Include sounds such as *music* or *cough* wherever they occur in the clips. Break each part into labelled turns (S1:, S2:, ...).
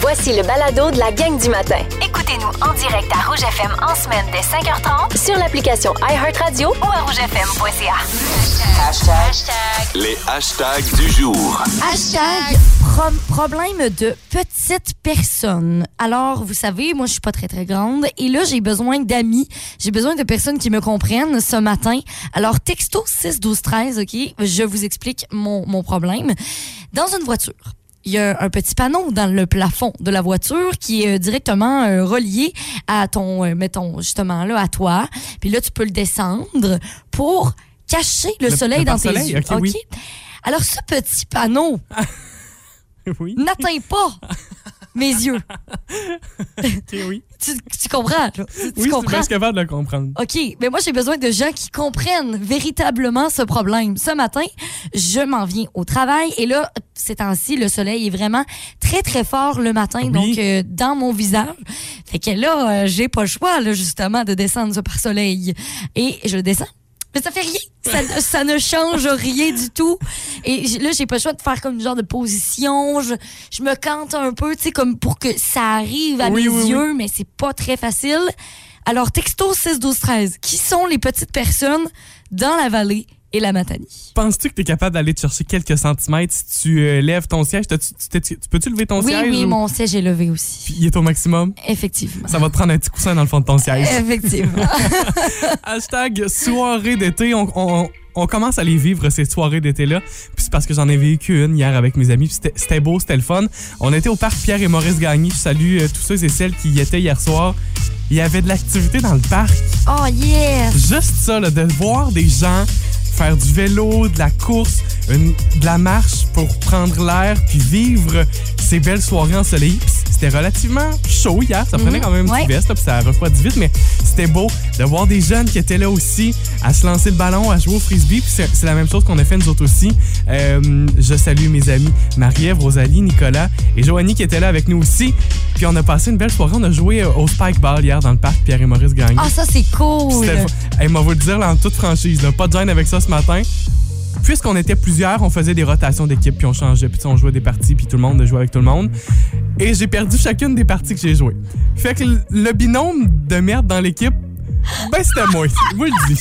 S1: Voici le balado de la gang du matin. Écoutez-nous en direct à Rouge FM en semaine dès 5h30 sur l'application iHeartRadio ou à rougefm.ca.
S2: Les hashtags du jour.
S3: Hashtag pro- problème de petite personne. Alors, vous savez, moi, je suis pas très, très grande. Et là, j'ai besoin d'amis. J'ai besoin de personnes qui me comprennent ce matin. Alors, texto 6 12 13 OK? Je vous explique mon, mon problème. Dans une voiture, il y a un petit panneau dans le plafond de la voiture qui est euh, directement euh, relié à ton, euh, mettons, justement, là, à toi. Puis là, tu peux le descendre pour cacher le,
S4: Le-
S3: soleil
S4: le
S3: dans tes
S4: pare-soleil,
S3: yeux.
S4: ok, oui.
S3: OK? Alors, ce petit panneau
S4: *laughs* oui.
S3: n'atteint pas mes yeux.
S4: ok, oui.
S3: Tu, tu comprends? là? Tu, tu
S4: Oui, je
S3: comprends?
S4: suis capable de le comprendre.
S3: OK, mais moi, j'ai besoin de gens qui comprennent véritablement ce problème. Ce matin, je m'en viens au travail et là, ces temps-ci, le soleil est vraiment très, très fort le matin,
S4: Oui.
S3: donc euh, dans mon visage. Fait que là, euh, j'ai pas le choix, là, justement, de descendre ce par-soleil. Et je descends. Mais ça fait rien. Ça, ne- ça ne change rien du tout. Et j- là, j'ai pas le choix de faire comme une genre de position. Je, je me cante un peu, tu sais, comme pour que ça arrive à
S4: Oui,
S3: mes
S4: oui, oui.
S3: yeux, mais c'est pas très facile. Alors, texto 6 12 13 qui sont les petites personnes dans la vallée et la Matanie?
S4: Penses-tu que tu es capable d'aller te chercher quelques centimètres si tu euh, lèves ton siège? T'as-tu- tu t'es- tu- Peux-tu lever ton
S3: Oui,
S4: siège?
S3: oui,
S4: ou-
S3: mon siège est levé aussi.
S4: Puis il est au maximum. *laughs*
S3: Effectivement.
S4: Ça va te prendre un petit coussin dans le fond de
S3: Euh,
S4: ton siège.
S3: Effectivement.
S4: Hashtag soirée d'été. On, on- on commence à les vivre, ces soirées d'été-là. Puis c'est parce que j'en ai vécu une hier avec mes amis. Puis c'était- c'était beau, c'était le fun. On était au parc Pierre et Maurice Gagné. Je salue euh, tous ceux et celles qui y étaient hier soir. Il y avait de l'activité dans le parc.
S3: oh, yes!
S4: Juste ça, là, de voir des gens faire du vélo, de la course, une- de la marche pour prendre l'air, puis vivre ces belles soirées ensoleillées. Puis C'était relativement chaud hier, ça prenait quand même une petite
S3: ouais.
S4: veste, là, puis ça refroidit vite, mais c'était beau de voir des jeunes qui étaient là aussi à se lancer le ballon, à jouer au frisbee. Puis c'est c'est la même chose qu'on a fait nous autres aussi. Euh, je salue mes amis Marie-Ève, Rosalie, Nicolas et Joanie qui étaient là avec nous aussi. Puis on a passé une belle soirée, on a joué euh, au spike ball hier dans le parc Pierre et Maurice Gagné.
S3: Ah, ça, c'est cool!
S4: C'était- Elle m'a voulu dire là, en toute franchise, là, pas de gêne avec ça ce matin. Puisqu'on était plusieurs, on faisait des rotations d'équipe, puis on changeait, puis tu sais, on jouait des parties, puis tout le monde jouait avec tout le monde. Et j'ai perdu chacune des parties que j'ai jouées. Fait que le- le binôme de merde dans l'équipe, ben c'était moi. Moi le dis.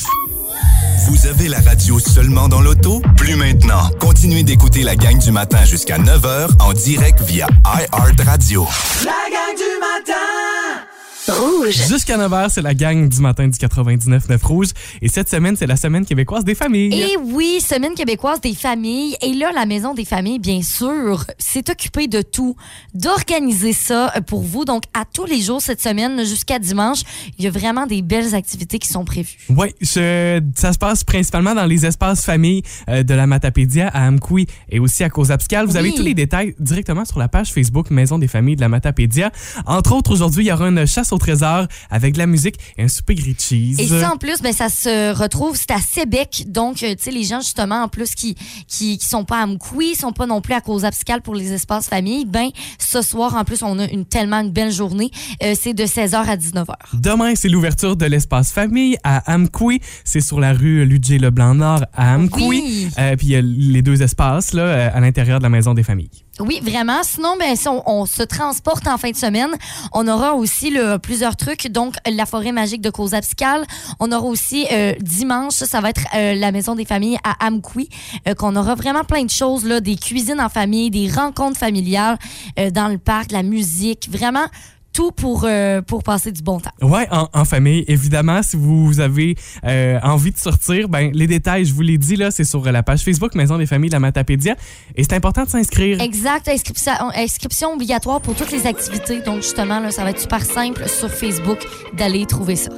S2: Vous avez la radio seulement dans l'auto? Plus maintenant. Continuez d'écouter la gang du matin jusqu'à 9h en direct via iHeartRadio.
S5: La gang du matin
S4: Jusqu'à 9h, c'est la gang du matin du 99-9 Rouge. Et cette semaine, c'est la semaine québécoise des familles.
S3: Et oui, Semaine québécoise des familles. Et là, la Maison des familles, bien sûr, s'est occupée de tout, d'organiser ça euh, pour vous. Donc, à tous les jours cette semaine, jusqu'à dimanche, il y a vraiment des belles activités qui sont prévues.
S4: Oui, je, ça se passe principalement dans les espaces familles euh, de la Matapédia à Amkoui et aussi à Causapscal. Vous avez
S3: Oui.
S4: tous les détails directement sur la page Facebook Maison des familles de la Matapédia. Entre autres, aujourd'hui, il y aura une chasse au trésor avec de la musique et un souper gris de cheese.
S3: Et ça, en plus, ben, ça se retrouve, c'est à Sébec. Donc, euh, tu sais, les gens, justement, en plus, qui, qui, qui sont pas à Mkoui, sont pas non plus à cause abscale pour les espaces familles, ben, ce soir, en plus, on a une, tellement une belle journée. Euh, c'est de 16h à 19h.
S4: Demain, c'est l'ouverture de l'espace famille à Amkoui. C'est sur la rue Ludger Leblanc Nord à Amkoui.
S3: Oui.
S4: Euh, puis il y a les deux espaces là, euh, à l'intérieur de la Maison des familles.
S3: Oui, vraiment. Sinon, ben, si on, on se transporte en fin de semaine, on aura aussi le, plusieurs trucs. Donc, la forêt magique de Causapscal. On aura aussi euh, dimanche, ça, ça va être euh, la maison des familles à Amkoui, euh, qu'on aura vraiment plein de choses, là, des cuisines en famille, des rencontres familiales euh, dans le parc, la musique, vraiment tout pour, euh, pour passer du bon temps.
S4: Ouais, en, en famille, évidemment. Si vous avez euh, envie de sortir, ben les détails, je vous l'ai dit là, c'est sur euh, la page Facebook Maison des familles de la Matapédia. Et c'est important de s'inscrire.
S3: Exact, inscription, inscription obligatoire pour toutes les activités. Donc, justement, là, ça va être super simple sur Facebook d'aller trouver ça.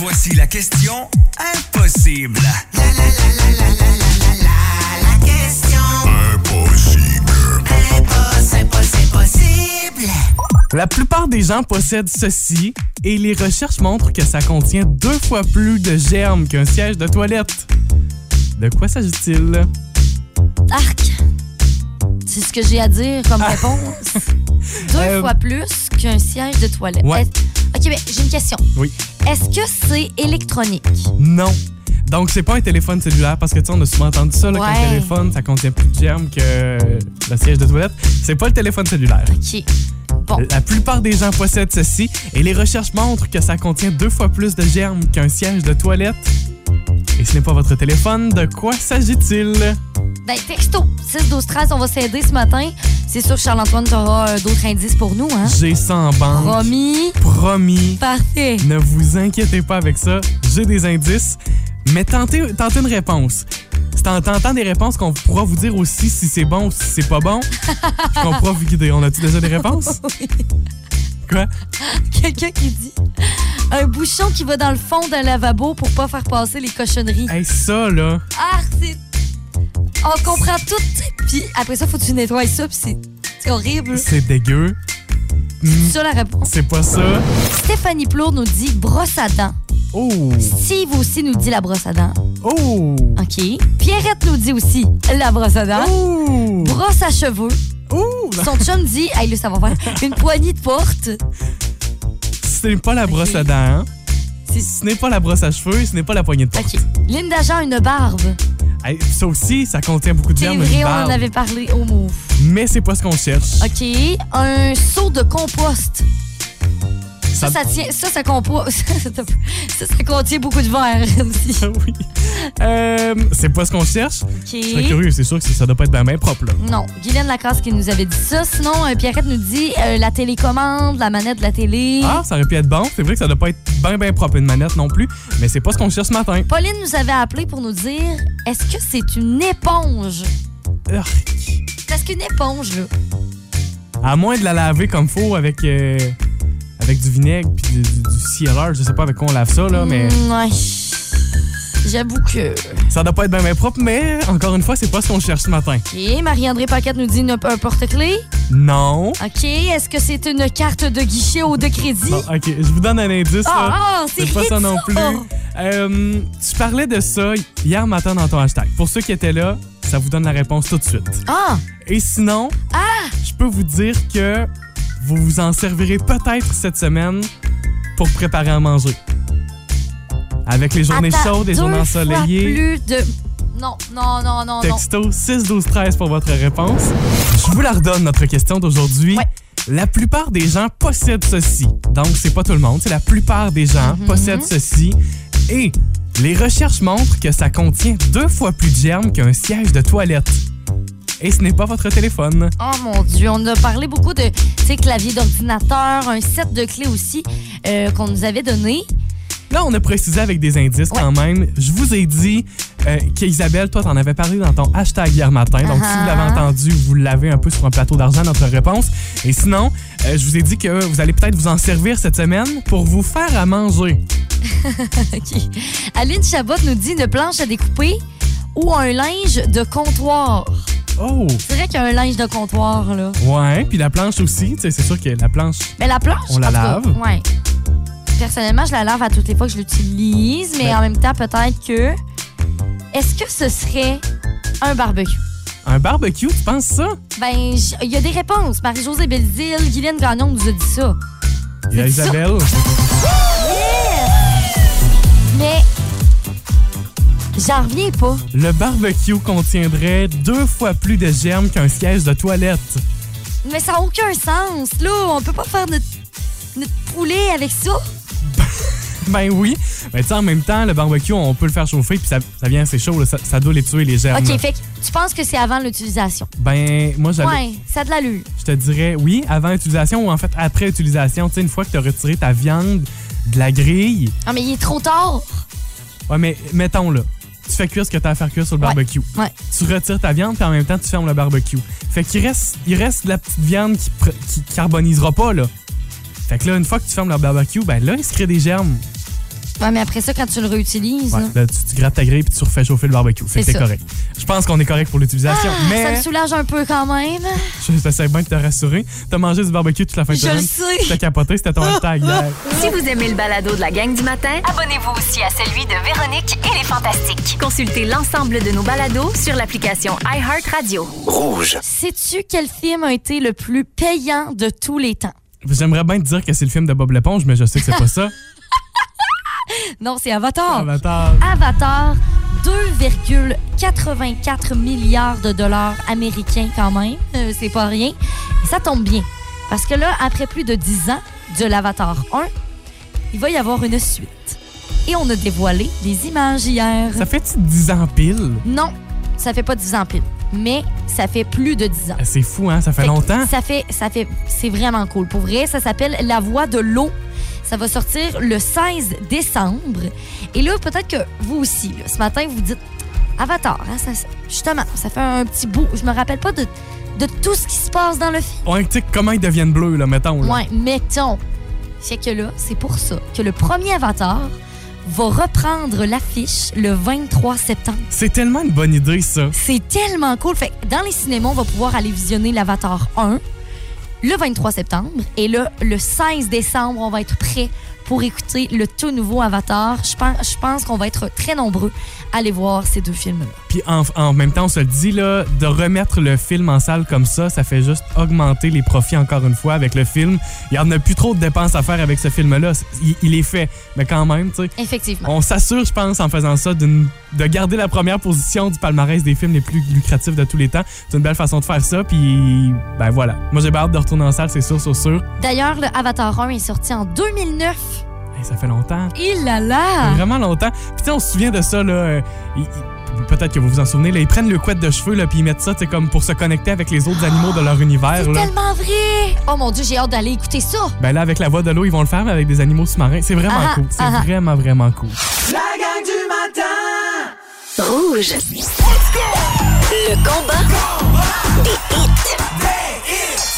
S2: Voici la question impossible. La, la, la, la, la, la, la, la, la question impossible. Impossible, impossible.
S4: La plupart des gens possèdent ceci et les recherches montrent que ça contient deux fois plus de germes qu'un siège de toilette. De quoi s'agit-il
S3: Arc. C'est ce que j'ai à dire comme
S4: *laughs*
S3: réponse. Deux
S4: Ah. Euh,
S3: fois plus qu'un siège de toilette.
S4: Ouais.
S3: Est- OK, mais j'ai une question.
S4: Oui.
S3: Est-ce que c'est électronique?
S4: Non. Donc, c'est pas un téléphone cellulaire parce que tu sais, on a souvent entendu ça, là, qu'un
S3: Ouais.
S4: téléphone, ça contient plus de germes que le siège de toilette. C'est pas le téléphone cellulaire.
S3: OK. Bon.
S4: La plupart des gens possèdent ceci et les recherches montrent que ça contient deux fois plus de germes qu'un siège de toilette. Et ce n'est pas votre téléphone, de quoi s'agit-il?
S3: Ben, texto 6 12 13 on va s'aider ce matin. C'est sûr que Charles-Antoine, tu auras euh, d'autres indices pour nous, hein?
S4: J'ai ça en banque.
S3: Promis.
S4: Promis.
S3: Parfait. *laughs*
S4: Ne vous inquiétez pas avec ça, j'ai des indices. Mais tentez, tentez une réponse. C'est en tentant des réponses qu'on pourra vous dire aussi si c'est bon ou si c'est pas bon. Puis qu'on pourra vous guider. On a-tu déjà des réponses? Quoi?
S3: Quelqu'un qui dit un bouchon qui va dans le fond d'un lavabo pour pas faire passer les cochonneries.
S4: Hey, ça, là.
S3: Ah, c'est. On comprend tout. Puis après ça, faut que tu nettoies ça, puis c'est- c'est horrible.
S4: C'est dégueu. Hmm,
S3: C'est ça la réponse.
S4: C'est pas ça.
S3: Stéphanie Plour nous dit brosse à dents.
S4: Oh!
S3: Steve aussi nous dit la brosse à dents.
S4: Oh!
S3: OK. Pierrette nous dit aussi la brosse à dents.
S4: Oh!
S3: Brosse à cheveux.
S4: Oh!
S3: Son chum dit, hey, là, ça va faire une poignée de porte.
S4: Ce n'est pas la brosse à dents. hein? Ce n'est pas la brosse à cheveux, ce n'est pas la poignée de porte.
S3: OK. Linda Jean, une barbe.
S4: Hey, ça aussi, ça contient beaucoup de
S3: C'est
S4: germes.
S3: vrai,
S4: une
S3: on en
S4: barbe.
S3: avait parlé au move.
S4: Mais c'est pas ce qu'on cherche.
S3: OK. Un seau de compost. Ça, ça, tient, ça, ça, compo- *laughs* ça, ça contient beaucoup de verre *laughs* aussi.
S4: *laughs* oui. Euh, c'est pas ce qu'on cherche. Je serais
S3: OK.
S4: curieux, c'est sûr que ça doit pas être bien main propre. Là.
S3: Non, Guylaine Lacasse qui nous avait dit ça. Sinon, euh, Pierrette nous dit euh, la télécommande, la manette de la télé.
S4: Ah, ça aurait pu être bon. C'est vrai que ça doit pas être bien bien propre une manette non plus. Mais c'est pas ce qu'on cherche ce matin.
S3: Pauline nous avait appelé pour nous dire est-ce que c'est une éponge
S4: Urgh.
S3: Parce qu'une éponge, là.
S4: À moins de la laver comme faut avec euh, avec du vinaigre puis du, du, du cireur. Je sais pas avec quoi on lave ça là, Ah, mais.
S3: Mm, ouais. J'avoue que.
S4: Ça doit pas être bien propre, mais encore une fois, c'est pas ce qu'on cherche ce matin.
S3: OK. Marie-André Paquette nous dit une- un porte-clés.
S4: Non.
S3: OK. Est-ce que c'est une carte de guichet ou de crédit
S4: Bon, ok, je vous donne un indice. là.
S3: Ah, ah, c'est
S4: C'est pas ça non plus.
S3: ridicule.
S4: Euh, tu parlais de ça hier matin dans ton hashtag. Pour ceux qui étaient là, ça vous donne la réponse tout de suite.
S3: Ah,
S4: Et sinon, je peux vous dire que vous vous en servirez peut-être cette semaine pour préparer à manger. Avec les journées
S3: attends,
S4: chaudes, les
S3: deux
S4: journées
S3: fois
S4: ensoleillées.
S3: plus de... Non, non, non, non, non.
S4: Texto 6 12 13 pour votre réponse. Je vous la redonne notre question d'aujourd'hui.
S3: Ouais.
S4: La plupart des gens possèdent ceci. Donc c'est pas tout le monde, c'est la plupart des gens
S3: Mm-hmm.
S4: possèdent ceci et les recherches montrent que ça contient deux fois plus de germes qu'un siège de toilette. Et ce n'est pas votre téléphone.
S3: Oh mon Dieu, on a parlé beaucoup de, tu sais, clavier d'ordinateur, un set de clés aussi euh, qu'on nous avait donné. *laughs*
S4: Là, on a précisé avec des indices quand même. Je vous ai dit euh, qu'Isabelle, toi, t'en avais parlé dans ton hashtag hier matin. Donc, si vous
S3: Uh-huh.
S4: l'avez entendu, vous l'avez un peu sur un plateau d'argent, notre réponse. Et sinon, euh, je vous ai dit que vous allez peut-être vous en servir cette semaine pour vous faire à manger.
S3: OK. Aline Chabot nous dit une planche à découper ou un linge de comptoir.
S4: Oh!
S3: C'est vrai qu'il y a un linge de comptoir, là.
S4: Ouais, puis la planche aussi. Tu sais, c'est sûr que la planche,
S3: Mais la planche,
S4: On la
S3: en tout cas,
S4: lave?
S3: ouais. Personnellement, je la lave à toutes les fois que je l'utilise, mais
S4: Ben-
S3: en même temps, peut-être que. Est-ce que ce serait un barbecue?
S4: un barbecue, tu penses ça?
S3: Ben, j- il y a des réponses. Marie-Josée Belzile, Guylaine Gagnon nous a dit ça.
S4: Il y a
S3: C'est ça.
S4: Isabelle.
S3: Mais j'en reviens pas.
S4: Le barbecue contiendrait deux fois plus de germes qu'un siège de toilette.
S3: Mais ça n'a aucun sens. Là, on peut pas faire notre, notre poulet avec ça.
S4: Ben oui. Mais tu sais, en même temps, le barbecue, on peut le faire chauffer, puis ça, ça vient assez chaud, là. Ça, ça doit les tuer, les germes.
S3: OK, fait que tu penses que c'est avant l'utilisation.
S4: Ben, moi, j'allais-
S3: Ouais, ça a de l'allure.
S4: je te dirais oui, avant utilisation ou en fait après utilisation. Tu sais, une fois que tu as retiré ta viande de la grille,
S3: Ah, mais il est trop tard.
S4: ouais, mais mettons là, tu fais cuire ce que tu as à faire cuire sur le
S3: Ouais,
S4: barbecue.
S3: ouais.
S4: Tu retires ta viande, puis en même temps, tu fermes le barbecue. Fait qu'il reste, il reste de la petite viande qui, pr- qui carbonisera pas, là. Fait que là, une fois que tu fermes le barbecue, ben là, il se crée des germes.
S3: Ouais, mais après ça, quand tu le réutilises.
S4: Ouais,
S3: là,
S4: là, tu, tu grattes ta grille puis tu refais chauffer le barbecue. Fait que
S3: C'est
S4: c'est
S3: ça.
S4: correct. Je pense qu'on est correct pour l'utilisation,
S3: Ah, Ça
S4: mais
S3: me soulage un peu quand même.
S4: je sais bien de te rassurer. T'as mangé du barbecue toute la fin de
S3: Je le
S4: semaine.
S3: sais. Ah.
S4: T'as capoté, c'était ton hashtag hier.
S1: Si vous aimez le balado de la gang du matin, abonnez-vous aussi à celui de Véronique et les Fantastiques. Consultez l'ensemble de nos balados sur l'application iHeartRadio.
S3: Sais-tu quel film a été le plus payant de tous les temps? *laughs*
S4: J'aimerais bien te dire que c'est le film de Bob l'éponge, mais je sais que c'est pas ça.
S3: Non, c'est Avatar.
S4: Avatar.
S3: Avatar, 2,84 milliards de dollars américains quand même. Euh, c'est pas rien. Et ça tombe bien. Parce que là, après plus de 10 ans de l'Avatar 1, il va y avoir une suite. Et on a dévoilé les images hier.
S4: Ça fait 10 ans pile?
S3: Non, ça fait pas 10 ans pile. Mais ça fait plus de 10 ans.
S4: Ah, C'est fou, hein? Ça fait
S3: Fait que
S4: longtemps.
S3: Ça fait, ça fait, c'est vraiment cool. Pour vrai, ça s'appelle La Voix de l'eau. Ça va sortir le 16 décembre. Et là, peut-être que vous aussi, là, ce matin, vous dites Avatar, hein, ça- justement, ça fait un petit bout. Je me rappelle pas de, de tout ce qui se passe dans le film.
S4: On tu sais, comment ils deviennent bleus, là, mettons. là.
S3: Ouais, mettons. C'est que là, c'est pour ça que le premier Avatar va reprendre l'affiche le 23 septembre.
S4: C'est tellement une bonne idée, ça.
S3: C'est tellement cool. Fait que dans les cinémas, on va pouvoir aller visionner l'Avatar 1 le 23 septembre. Et là, le 16 décembre, on va être prêt pour écouter le tout nouveau Avatar. Je pense, je pense qu'on va être très nombreux à aller voir ces deux films-là.
S4: Puis en, en même temps, on se le dit, là, de remettre le film en salle comme ça, ça fait juste augmenter les profits encore une fois avec le film. Il n'y en a plus trop de dépenses à faire avec ce film-là. C'est- Il, il est fait. Mais quand même, tu sais,
S3: Effectivement.
S4: on s'assure, je pense, en faisant ça, d'une- de garder la première position du palmarès des films les plus lucratifs de tous les temps. C'est une belle façon de faire ça. Puis, ben voilà. Moi, j'ai bien hâte de retourner en salle, c'est sûr, c'est sûr.
S3: D'ailleurs, le Avatar 1 est sorti en 2009.
S4: Hey, ça fait longtemps.
S3: Il là
S4: Ça fait
S3: là!
S4: Vraiment longtemps. Puis tu sais, on se souvient de ça, là. euh, ils- ils- Peut-être que vous vous en souvenez, là, ils prennent le couette de cheveux, là, puis ils mettent ça, c'est comme pour se connecter avec les autres animaux de leur univers,
S3: C'est
S4: là.
S3: tellement vrai! Oh mon Dieu, j'ai hâte d'aller écouter ça!
S4: Ben là, avec la voix de l'eau, ils vont le faire, mais avec des animaux sous-marins. C'est vraiment
S3: Ah,
S4: cool. C'est
S3: ah, ah.
S4: vraiment, vraiment cool.
S5: La gang du matin!
S1: Rouge. Le combat des hits.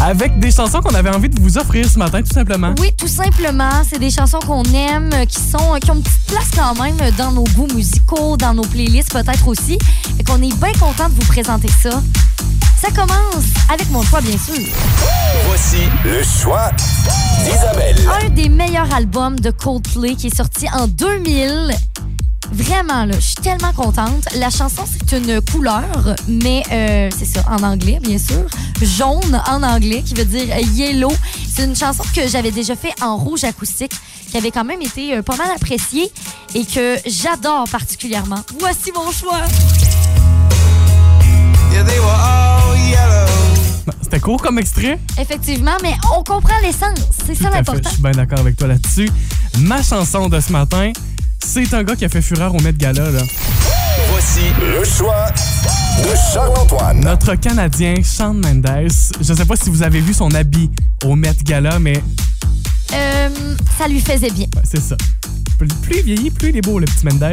S4: Avec des chansons qu'on avait envie de vous offrir ce matin, tout simplement.
S3: Oui, tout simplement. C'est des chansons qu'on aime, euh, qui sont euh, qui ont une petite place quand même euh, dans nos goûts musicaux, dans nos playlists peut-être aussi, et qu'on est bien content de vous présenter ça. Ça commence avec mon choix, bien sûr.
S6: Voici le choix d'Isabelle.
S3: Un des meilleurs albums de Coldplay qui est sorti en 2000. Vraiment, là, je suis tellement contente. La chanson, c'est une couleur, mais euh, c'est ça, en anglais, bien sûr. Jaune en anglais, qui veut dire euh, yellow. C'est une chanson que j'avais déjà fait en rouge acoustique, qui avait quand même été euh, pas mal appréciée et que j'adore particulièrement. Voici mon choix.
S4: C'était court comme extrait.
S3: Effectivement, mais on comprend l'essence. C'est ça
S4: Tout à fait.
S3: l'important.
S4: Je suis bien d'accord avec toi là-dessus. Ma chanson de ce matin, c'est un gars qui a fait fureur au Met Gala, là.
S6: Voici le choix de Charles-Antoine.
S4: Notre Canadien, Shawn Mendes. Je sais pas si vous avez vu son habit au Met Gala, mais
S3: Euh, ça lui faisait bien.
S4: Ouais, c'est ça. Plus, plus il vieillit, plus il est beau, le petit Mendes.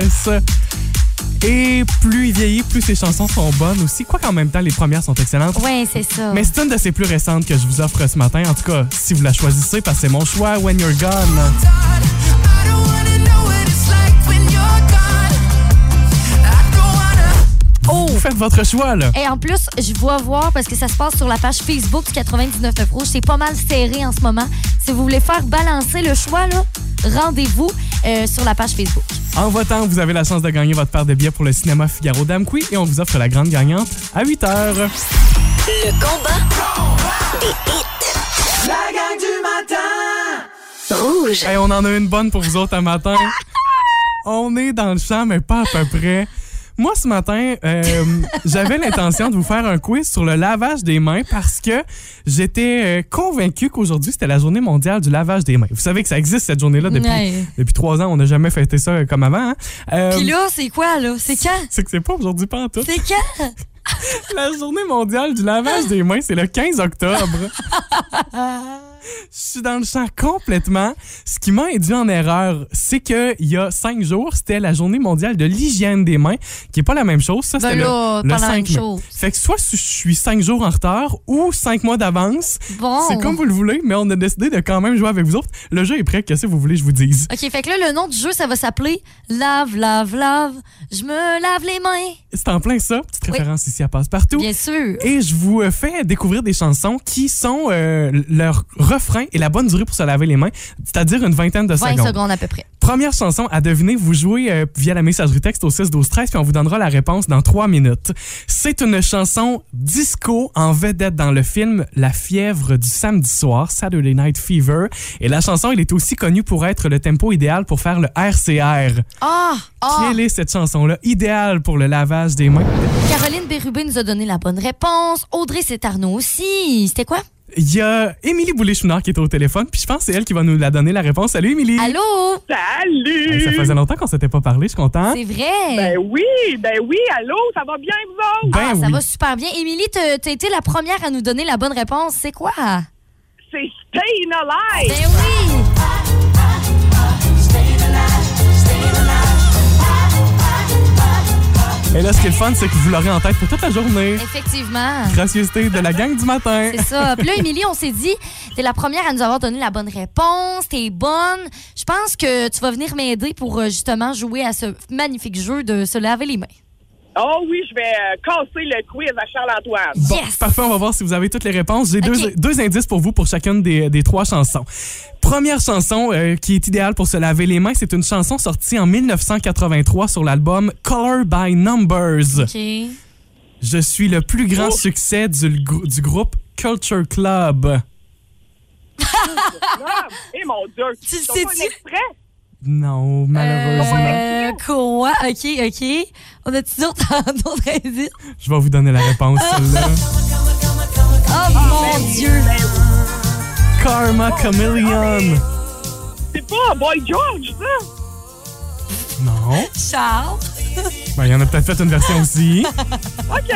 S4: Et plus il vieillit, plus ses chansons sont bonnes aussi. Quoi qu'en même temps, les premières sont excellentes.
S3: Ouais, c'est ça.
S4: Mais c'est une de ses plus récentes que je vous offre ce matin. En tout cas, si vous la choisissez, parce que c'est mon choix, When You're Gone.
S3: Oh!
S4: Vous faites votre choix, là.
S3: Et en plus, je vois voir parce que ça se passe sur la page Facebook du 99 Rouge. C'est pas mal serré en ce moment. Si vous voulez faire balancer le choix, là, rendez-vous euh, sur la page Facebook.
S4: En votant, vous avez la chance de gagner votre paire de billets pour le cinéma Figaro Damqui et on vous offre la grande gagnante à 8 heures.
S1: Le combat des hits.
S5: La gang du matin!
S1: Rouge.
S4: *laughs* Hey, on en a une bonne pour vous autres un matin. On est dans le champ, mais pas à peu près. Moi, ce matin, euh, j'avais l'intention de vous faire un quiz sur le lavage des mains parce que j'étais euh, convaincu qu'aujourd'hui, c'était la journée mondiale du lavage des mains. Vous savez que ça existe, cette journée-là, depuis,
S3: Ouais.
S4: depuis trois ans. On n'a jamais fêté ça euh, comme avant. hein. Euh,
S3: Puis là, c'est quoi, là? C'est quand?
S4: c'est que c'est pas aujourd'hui, pas en tout.
S3: C'est quand?
S4: *laughs* La journée mondiale du lavage des mains, c'est le
S3: *laughs*
S4: 15 octobre. Je suis dans le champ complètement. Ce qui m'a induit en erreur, c'est qu'il y a cinq jours, c'était la journée mondiale de l'hygiène des mains, qui est pas la même chose. Ça,
S3: Ben
S4: c'était
S3: là,
S4: le,
S3: pas
S4: le
S3: la
S4: 5
S3: même
S4: mai.
S3: chose.
S4: Fait que soit je suis cinq jours en retard ou cinq mois d'avance.
S3: Bon.
S4: C'est comme vous le voulez, mais on a décidé de quand même jouer avec vous autres. Le jeu est prêt. Qu'est-ce que vous voulez que je vous dise?
S3: OK, fait que là, le nom du jeu, ça va s'appeler Lave, lave, lave. Je me lave les mains.
S4: C'est en plein ça. Petite
S3: Oui.
S4: référence ici à Passe-Partout.
S3: Bien sûr.
S4: Et je vous euh, fais découvrir des chansons qui sont euh, leur refrain et la bonne durée pour se laver les mains, c'est-à-dire une vingtaine de
S3: 20
S4: secondes.
S3: secondes à peu près.
S4: Première chanson à deviner, vous jouez euh, via la messagerie texte au 6 12 13 puis on vous donnera la réponse dans 3 minutes. C'est une chanson disco en vedette dans le film La fièvre du samedi soir, Saturday Night Fever et la chanson, elle est aussi connue pour être le tempo idéal pour faire le RCR.
S3: Ah! ah.
S4: Quelle est cette chanson là idéale pour le lavage des mains
S3: Caroline Bérubé nous a donné la bonne réponse. Audrey Arnaud aussi. C'était quoi?
S4: Il y a Émilie Boulet-Chouinard qui est au téléphone, puis je pense que c'est elle qui va nous la donner la réponse. Salut Émilie.
S3: Allô?
S4: Hey,
S7: Salut!
S4: Ça faisait longtemps qu'on s'était pas parlé, je suis content.
S3: C'est vrai?
S7: Ben oui, ben oui, allô, ça va bien vous autres?
S4: Ben
S3: Ah, Ça
S4: oui.
S3: va super bien. Émilie, t'as t'as été la première à nous donner la bonne réponse. C'est quoi?
S7: C'est Stayin' Alive!
S3: Ben oui!
S4: Et là, ce qui est le fun, c'est que vous l'aurez en tête pour toute la journée.
S3: Effectivement.
S4: Gracieuseté de la gang du matin.
S3: C'est ça. Puis là, Émilie, on s'est dit, t'es la première à nous avoir donné la bonne réponse, t'es bonne. Je pense que tu vas venir m'aider pour euh, justement jouer à ce magnifique jeu de se laver les mains.
S7: Oh oui, je vais euh, casser le quiz à Charles-Antoine.
S3: *laughs*
S4: Bon,
S3: Yes!
S4: parfait, on va voir si vous avez toutes les réponses. J'ai
S3: Ok.
S4: deux, deux indices pour vous pour chacune des, des trois chansons. Première chanson euh, qui est idéale pour se laver les mains, c'est une chanson sortie en 1983 sur l'album Color by Numbers.
S3: OK. Euh,
S4: Je suis le plus
S3: Oh.
S4: grand succès du, grou- du groupe Culture Club.
S7: Ah, eh mon Dieu!
S3: Tu le
S7: Ils sont pas
S3: sais-tu?
S7: un extrait?
S4: Non, malheureusement.
S3: Euh, quoi? OK, OK. On a-tu d'autres *laughs* d'autres indices?
S4: Je vais vous donner la réponse, celle-là.
S3: Oh mon Dieu!
S4: Karma Chameleon.
S7: C'est pas Boy George, ça?
S4: Non.
S3: Charles!
S4: Ben, il y en a peut-être fait une version aussi.
S3: *laughs*
S7: OK.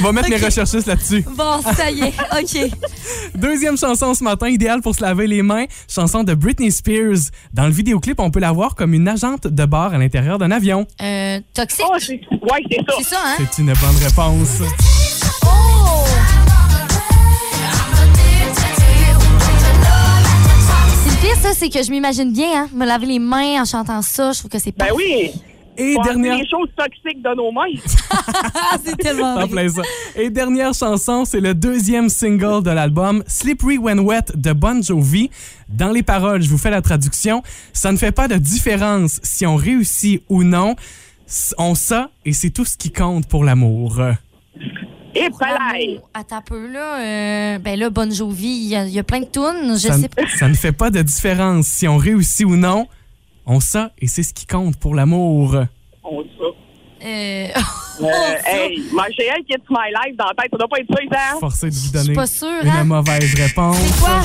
S4: On va mettre les recherchistes là-dessus.
S3: Bon, ça y est. OK.
S4: Deuxième chanson ce matin, idéale pour se laver les mains, chanson de Britney Spears. Dans le vidéoclip, on peut la voir comme une agente de bord à l'intérieur d'un avion.
S3: Euh, toxique.
S7: Oh, c'est... Ouais, c'est ça.
S3: C'est ça, hein?
S4: C'est une bonne réponse.
S3: Oh! C'est le pire, ça, c'est que je m'imagine bien, hein, me laver les mains en chantant ça. Je trouve que c'est pas.
S7: Ben oui.
S4: Et
S7: Faut enlever
S4: dernière...
S7: les choses toxiques de
S3: *laughs*
S7: nos mains.
S3: Ah, c'est tellement.
S4: En
S3: vrai.
S4: plein ça. Et dernière chanson, c'est le deuxième single de l'album Slippery When Wet de Bon Jovi. Dans les paroles, je vous fais la traduction. Ça ne fait pas de différence si on réussit ou non. S- On ça et c'est tout ce qui compte pour l'amour.
S7: Et palais.
S3: Bravo. À ta peu, là. euh, ben là, Bonne Jovi, il y, a- il y a plein de tunes. Je
S4: ça, ne-
S3: sais pas.
S4: ça ne fait pas de différence si on réussit ou non. On ça et c'est ce qui compte pour l'amour.
S7: On Oh, ça.
S3: euh, *laughs*
S7: Euh, hey, manger un It's My Life dans la tête, ça doit pas être ça, hein? Isa.
S4: Forcé de
S3: Ah, Je
S4: vous
S3: suis
S4: donner
S3: pas sûre,
S4: une
S3: hein?
S4: mauvaise réponse.
S3: C'est quoi?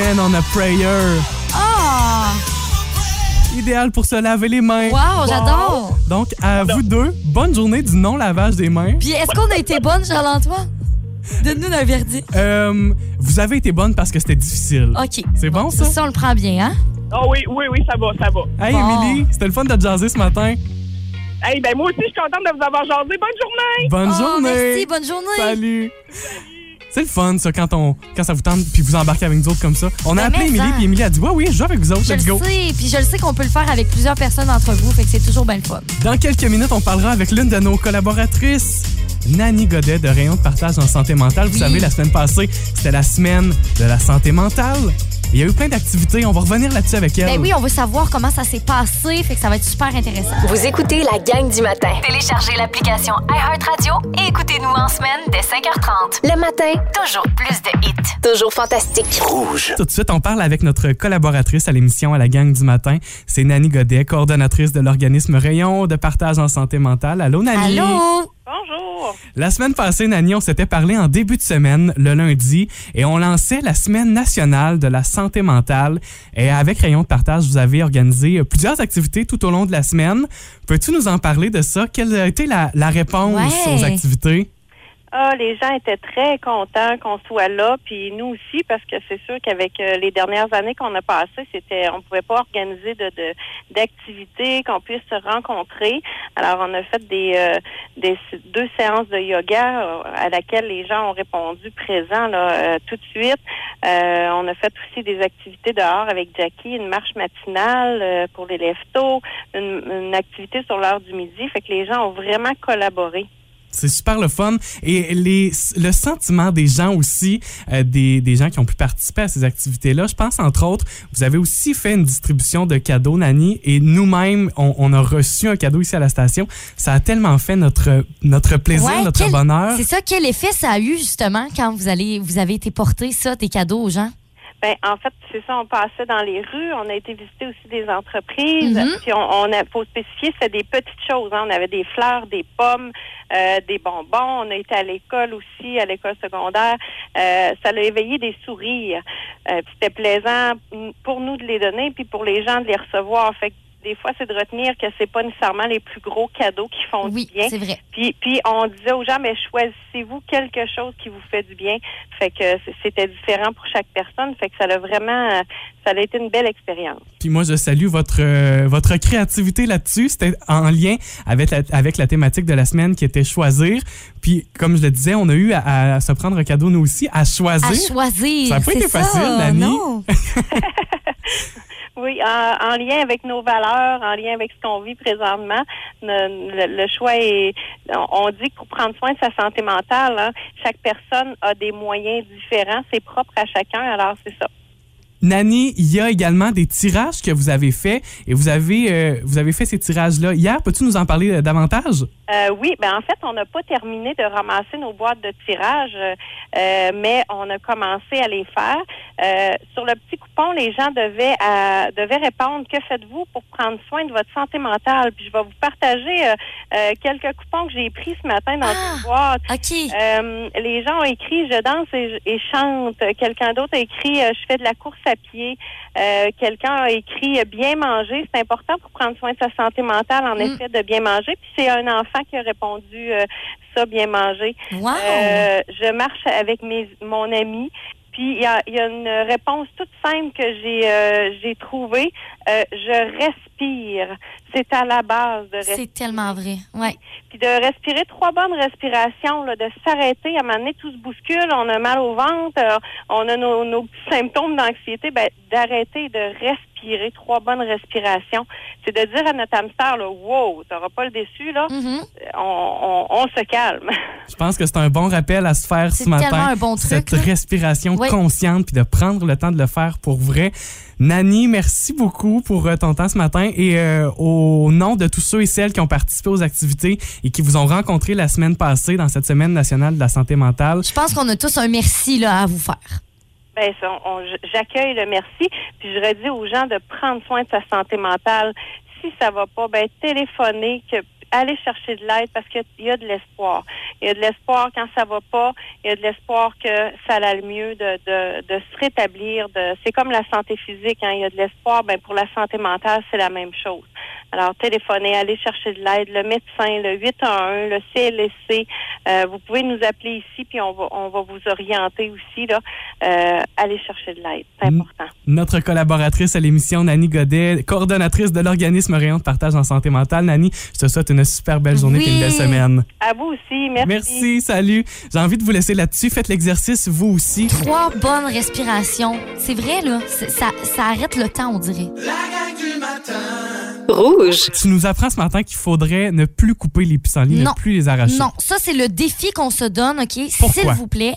S4: Living on a prayer.
S3: Ah!
S4: Idéal pour se laver les mains.
S3: Wow, j'adore!
S4: Donc, à vous deux, bonne journée du non-lavage des mains.
S3: Puis est-ce qu'on a été bonne, Charles-Antoine? Donne-nous un verdict.
S4: Euh, vous avez été bonne parce que c'était difficile.
S3: OK.
S4: C'est bon, ça?
S3: Ça, on le prend bien, hein?
S7: Oh oui, oui, oui, ça va, ça va.
S4: Hey,
S3: Bon.
S4: Émilie, c'était le fun de te jaser ce matin.
S7: Hey, ben moi aussi, je suis contente de vous avoir jasé. Bonne journée!
S4: Bonne
S3: Oh,
S4: journée.
S3: Merci, bonne journée!
S4: Salut. C'est le fun, ça, quand, on, quand ça vous tente puis vous embarquez avec nous autres comme ça. On a
S3: Mais
S4: appelé
S3: mais
S4: Émilie,
S3: ça.
S4: puis Émilie a dit Ouais, oui, je joue avec vous autres,
S3: Je
S4: let's
S3: le
S4: go.
S3: sais, puis je le sais qu'on peut le faire avec plusieurs personnes entre vous, fait que c'est toujours bien le fun.
S4: Dans quelques minutes, on parlera avec l'une de nos collaboratrices, Nani Godet de Rayon de Partage en Santé Mentale. Vous
S3: Oui.
S4: savez, la semaine passée, c'était la semaine de la santé mentale. Il y a eu plein d'activités. On va revenir là-dessus avec elle.
S3: Ben oui, on veut savoir comment ça s'est passé, fait que ça va être super intéressant.
S1: Vous écoutez la gang du matin. Téléchargez l'application iHeartRadio et écoutez-nous en semaine dès 5h30. Le matin, toujours plus de hits. Toujours fantastique.
S4: Tout de suite, on parle avec notre collaboratrice à l'émission à la gang du matin. C'est Nani Godet, coordonnatrice de l'organisme Rayon de Partage en Santé Mentale. Allô, Nani?
S3: Allô?
S7: Bonjour!
S4: La semaine passée, Nani, on s'était parlé en début de semaine, le lundi, et on lançait la Semaine nationale de la santé mentale. Et avec Rayon de partage, vous avez organisé euh, plusieurs activités tout au long de la semaine. Peux-tu nous en parler de ça? Quelle a été la, la réponse
S3: Ouais.
S4: aux activités?
S8: Ah, les gens étaient très contents qu'on soit là, puis nous aussi, parce que c'est sûr qu'avec euh, les dernières années qu'on a passées, c'était, on pouvait pas organiser de, de d'activités, qu'on puisse se rencontrer. Alors, on a fait des, euh, des deux séances de yoga euh, à laquelle les gens ont répondu présents là, euh, tout de suite. Euh, on a fait aussi des activités dehors avec Jackie, une marche matinale euh, pour les leftos, une, une activité sur l'heure du midi. Fait que les gens ont vraiment collaboré.
S4: C'est super le fun. Et les, le sentiment des gens aussi, euh, des, des gens qui ont pu participer à ces activités-là, je pense entre autres, vous avez aussi fait une distribution de cadeaux, Nani, et nous-mêmes, on, on a reçu un cadeau ici à la station. Ça a tellement fait notre, notre plaisir,
S3: Ouais,
S4: notre
S3: quel-
S4: bonheur.
S3: C'est ça, quel effet ça a eu justement quand vous, allez, vous avez été porter ça, tes cadeaux aux gens?
S8: Ben, en fait, c'est ça, on passait dans les rues, on a été visiter aussi des entreprises,
S3: Mhm.
S8: puis on, on a, faut spécifier, c'était des petites choses, hein. on avait des fleurs, des pommes, euh, des bonbons, on a été à l'école aussi, à l'école secondaire, Euh, ça l'a éveillé des sourires, Euh, puis c'était plaisant pour nous de les donner, puis pour les gens de les recevoir, fait que des fois, c'est de retenir que c'est pas nécessairement les plus gros cadeaux qui font
S3: Oui,
S8: du bien.
S3: c'est vrai.
S8: Puis, puis on disait aux gens, mais choisissez-vous quelque chose qui vous fait du bien. Fait que c- c'était différent pour chaque personne. Fait que ça a vraiment, euh, ça a été une belle expérience.
S4: Puis moi, je salue votre, euh, votre créativité là-dessus. C'était en lien avec la, avec la thématique de la semaine qui était choisir. Puis comme je le disais, on a eu à, à se prendre un cadeau, nous aussi, à choisir.
S3: À choisir.
S4: Ça a pas
S3: c'est
S4: été facile, Dani. *laughs*
S3: Non.
S8: Oui, en, en lien avec nos valeurs, en lien avec ce qu'on vit présentement, ne- le, le choix est. On, on dit que pour prendre soin de sa santé mentale, hein, chaque personne a des moyens différents. C'est propre à chacun. Alors c'est ça.
S4: Nani, il y a également des tirages que vous avez faits et vous avez, euh, vous avez fait ces tirages-là hier. Peux-tu nous en parler euh, davantage?
S8: Euh, oui, ben en fait, on n'a pas terminé de ramasser nos boîtes de tirage, euh, euh, mais on a commencé à les faire. Euh, sur le petit coupon, les gens devaient euh, devaient répondre que faites-vous pour prendre soin de votre santé mentale. Puis je vais vous partager euh, euh, quelques coupons que j'ai pris ce matin dans
S3: Ah!
S8: une boîte.
S3: OK.
S8: Euh, les gens ont écrit je danse et, je- et chante. Quelqu'un d'autre a écrit euh, je fais de la course à pied. Euh, Quelqu'un a écrit euh, bien manger. C'est important pour prendre soin de sa santé mentale, en
S3: Mm.
S8: effet, de bien manger. Puis c'est un enfant qui a répondu euh, ça, bien manger.
S3: Wow.
S8: Euh, je marche avec mes, mon ami. Puis il y a, il y a une réponse toute simple que j'ai euh, j'ai trouvée. Euh, je respire. C'est à la base de respirer
S3: c'est tellement vrai. Ouais.
S8: puis de respirer trois bonnes respirations, là, de s'arrêter, à un moment donné, tout se bouscule, on a mal au ventre, euh, on a nos, nos petits symptômes d'anxiété, ben, d'arrêter et de respirer trois bonnes respirations. C'est de dire à notre hamster, là, wow, t'auras pas le déçu, là,
S3: Mhm.
S8: on, on, on se calme. *laughs*
S4: Je pense que c'est un bon rappel à se faire
S3: C'est
S4: ce matin.
S3: tellement un bon truc,
S4: Cette
S3: là.
S4: respiration
S3: Oui.
S4: consciente puis de prendre le temps de le faire pour vrai. Nani, merci beaucoup pour euh, ton temps ce matin et euh, au nom de tous ceux et celles qui ont participé aux activités et qui vous ont rencontré la semaine passée dans cette semaine nationale de la santé mentale.
S3: Je pense qu'on a tous un merci là, à vous faire.
S8: Ben, ça, on- on- j'accueille le merci, puis je redis aux gens de prendre soin de sa santé mentale. Si ça va pas, ben téléphoner, que aller chercher de l'aide parce qu'il y a de l'espoir. Il y a de l'espoir quand ça va pas. Il y a de l'espoir que ça aille mieux, de, de, de se rétablir. De, c'est comme la santé physique. Hein, il y a de l'espoir. Ben pour la santé mentale, c'est la même chose. Alors téléphoner, aller chercher de l'aide, le médecin, le 811, le CLSC. Euh, vous pouvez nous appeler ici, puis on va, on va vous orienter aussi là. Euh, aller chercher de l'aide, c'est
S4: Mm.
S8: important.
S4: Notre collaboratrice à l'émission, Nani Godet, coordonnatrice de l'organisme Rayon de partage en santé mentale. Nani, je te souhaite une super belle journée et
S3: Oui.
S4: une belle semaine.
S8: À vous aussi, merci.
S4: Merci, salut. J'ai envie de vous laisser là-dessus. Faites l'exercice, vous aussi.
S3: Trois bonnes respirations. C'est vrai, là. C'est- Ça, ça arrête le temps, on dirait.
S1: Rouge.
S4: Tu nous apprends ce matin qu'il faudrait ne plus couper les pissenlits,
S3: Non.
S4: ne plus les arracher.
S3: Non, ça, c'est le défi qu'on se donne, OK?
S4: Pourquoi?
S3: S'il vous plaît.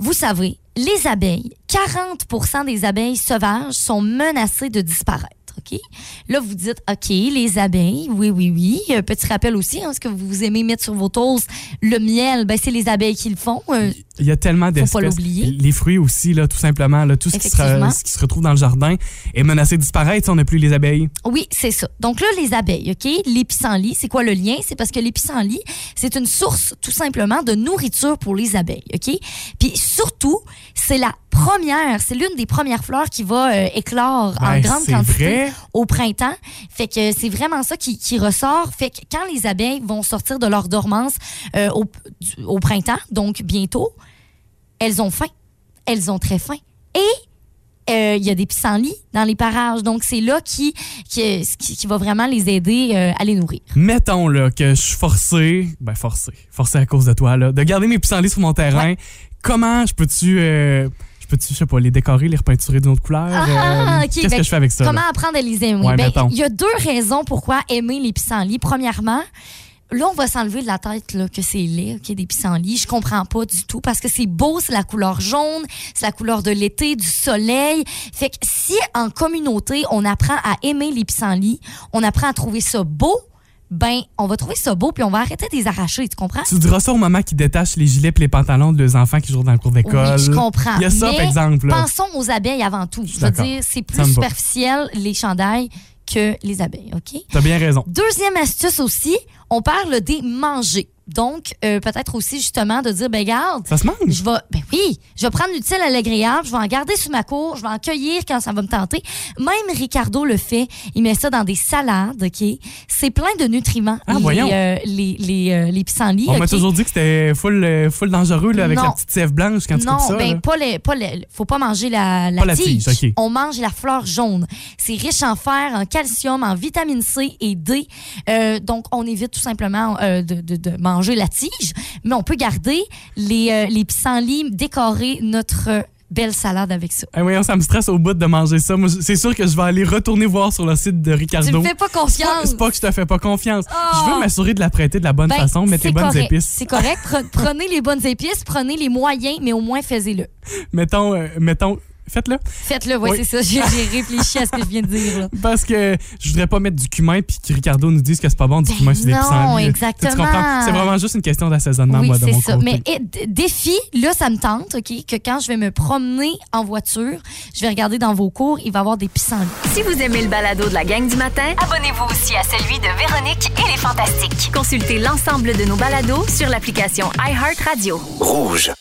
S3: Vous savez, les abeilles, 40 des abeilles sauvages sont menacées de disparaître. OK? Là, vous dites, OK, les abeilles, oui, oui, oui. Euh, petit rappel aussi, hein, ce que vous aimez mettre sur vos toasts, le miel, ben, c'est les abeilles qui le font. Euh,
S4: Il y a tellement d'espèces.
S3: l'oublier.
S4: Les fruits aussi, là, tout simplement. Là, tout ce qui,
S3: Effectivement.
S4: sera- ce qui se retrouve dans le jardin est menacé de disparaître si on n'a plus les abeilles.
S3: Oui, c'est ça. Donc là, les abeilles, OK? Les pissenlits, c'est quoi le lien? C'est parce que les pissenlits, c'est une source tout simplement de nourriture pour les abeilles, OK? Puis surtout, c'est la première, c'est l'une des premières fleurs qui va euh, éclore en
S4: Ben,
S3: grande
S4: c'est
S3: quantité
S4: vrai.
S3: au printemps. Fait que c'est vraiment ça qui, qui ressort. Fait que quand les abeilles vont sortir de leur dormance euh, au, du- au printemps, donc bientôt, elles ont faim. Elles ont très faim. Et euh, il y a des pissenlits dans les parages. Donc, c'est là qui, qui, ce qui, qui va vraiment les aider euh, à les nourrir.
S4: Mettons là, que je suis forcé, ben forcé, forcé à cause de toi, là, de garder mes pissenlits sur mon terrain. Comment je peux-tu, euh, je peux-tu, je sais pas, les décorer, les repeinturer d'une autre couleur?
S3: Ah,
S4: euh,
S3: ok,
S4: Qu'est-ce
S3: ben,
S4: que je fais avec ça? là?
S3: Comment apprendre à les aimer?
S4: Ouais,
S3: Ben,
S4: mettons.
S3: il y a deux raisons pourquoi aimer les pissenlits. Premièrement, Là, on va s'enlever de la tête là, que c'est laid, OK, des pissenlits. Je comprends pas du tout parce que c'est beau, c'est la couleur jaune, c'est la couleur de l'été, du soleil. Fait que si en communauté, on apprend à aimer les pissenlits, on apprend à trouver ça beau, ben, on va trouver ça beau puis on va arrêter de les arracher, tu comprends?
S4: Tu diras ça aux mamans qui détachent les gilets et les pantalons de leurs enfants qui jouent dans le cours d'école.
S3: Oui, je comprends.
S4: Il y a ça,
S3: Mais
S4: par exemple. là.
S3: Pensons aux abeilles avant tout. Je veux
S4: d'accord.
S3: dire, c'est
S4: Ça
S3: plus
S4: me va.
S3: superficiel, les chandails, que les abeilles, OK?
S4: T'as bien raison.
S3: Deuxième astuce aussi, on parle des manger. Donc, euh, peut-être aussi justement de dire, ben garde,
S4: Ça se mange.
S3: je vais, ben oui, je vais prendre l'utile à l'agréable, je vais en garder sous ma cour, je vais en cueillir quand ça va me tenter. Même Ricardo le fait, il met ça dans des salades, OK? C'est plein de nutriments,
S4: Ah,
S3: les,
S4: voyons.
S3: euh, les, les, euh, les pissenlits.
S4: On m'a
S3: OK?
S4: toujours dit que c'était full, euh, full dangereux là, avec
S3: Non.
S4: la petite sève blanche quand tu
S3: non,
S4: coupes ça.
S3: ben,
S4: là.
S3: pas les, pas les- faut pas manger la, la
S4: Pas la
S3: tige.
S4: tige, ok.
S3: On mange la fleur jaune. C'est riche en fer, en calcium, en vitamine C et D. Euh, donc, on évite tout simplement euh, de, de- de manger la tige, mais on peut garder les, euh, les pissenlits, décorer notre euh, belle salade avec ça.
S4: Eh, voyons, ça me stresse au bout de manger ça. Moi, je- c'est sûr que je vais aller retourner voir sur le site de Ricardo.
S3: Tu me fais pas
S4: C'est pas-
S3: confiance.
S4: C'est pas que je te fais pas confiance.
S3: Oh.
S4: Je veux m'assurer de la prêter de la bonne
S3: Ben,
S4: façon, mettre les
S3: c'est
S4: bonnes
S3: correct.
S4: épices.
S3: C'est correct. Pre- Prenez les bonnes épices, prenez les moyens, mais au moins faisez-le.
S4: Mettons, euh, mettons, faites-le.
S3: Faites-le, ouais,
S4: Oui.
S3: c'est ça. J'ai j'ai réfléchi à ce que je viens de dire. Là.
S4: Parce que je voudrais pas mettre du cumin puis que Ricardo nous dise que c'est pas bon du
S3: Ben
S4: cumin sur des
S3: non,
S4: pissenlits. Tu- Tu
S3: exactement.
S4: comprends? C'est vraiment juste une question d'assaisonnement,
S3: Oui,
S4: moi, de
S3: c'est
S4: mon
S3: ça.
S4: côté.
S3: Mais eh, d- défi, là, ça me tente, OK, que quand je vais me promener en voiture, je vais regarder dans vos cours, il va y avoir des pissenlits.
S1: Si vous aimez le balado de la gang du matin, abonnez-vous aussi à celui de Véronique et les Fantastiques. Consultez l'ensemble de nos balados sur l'application iHeartRadio.
S6: Rouge.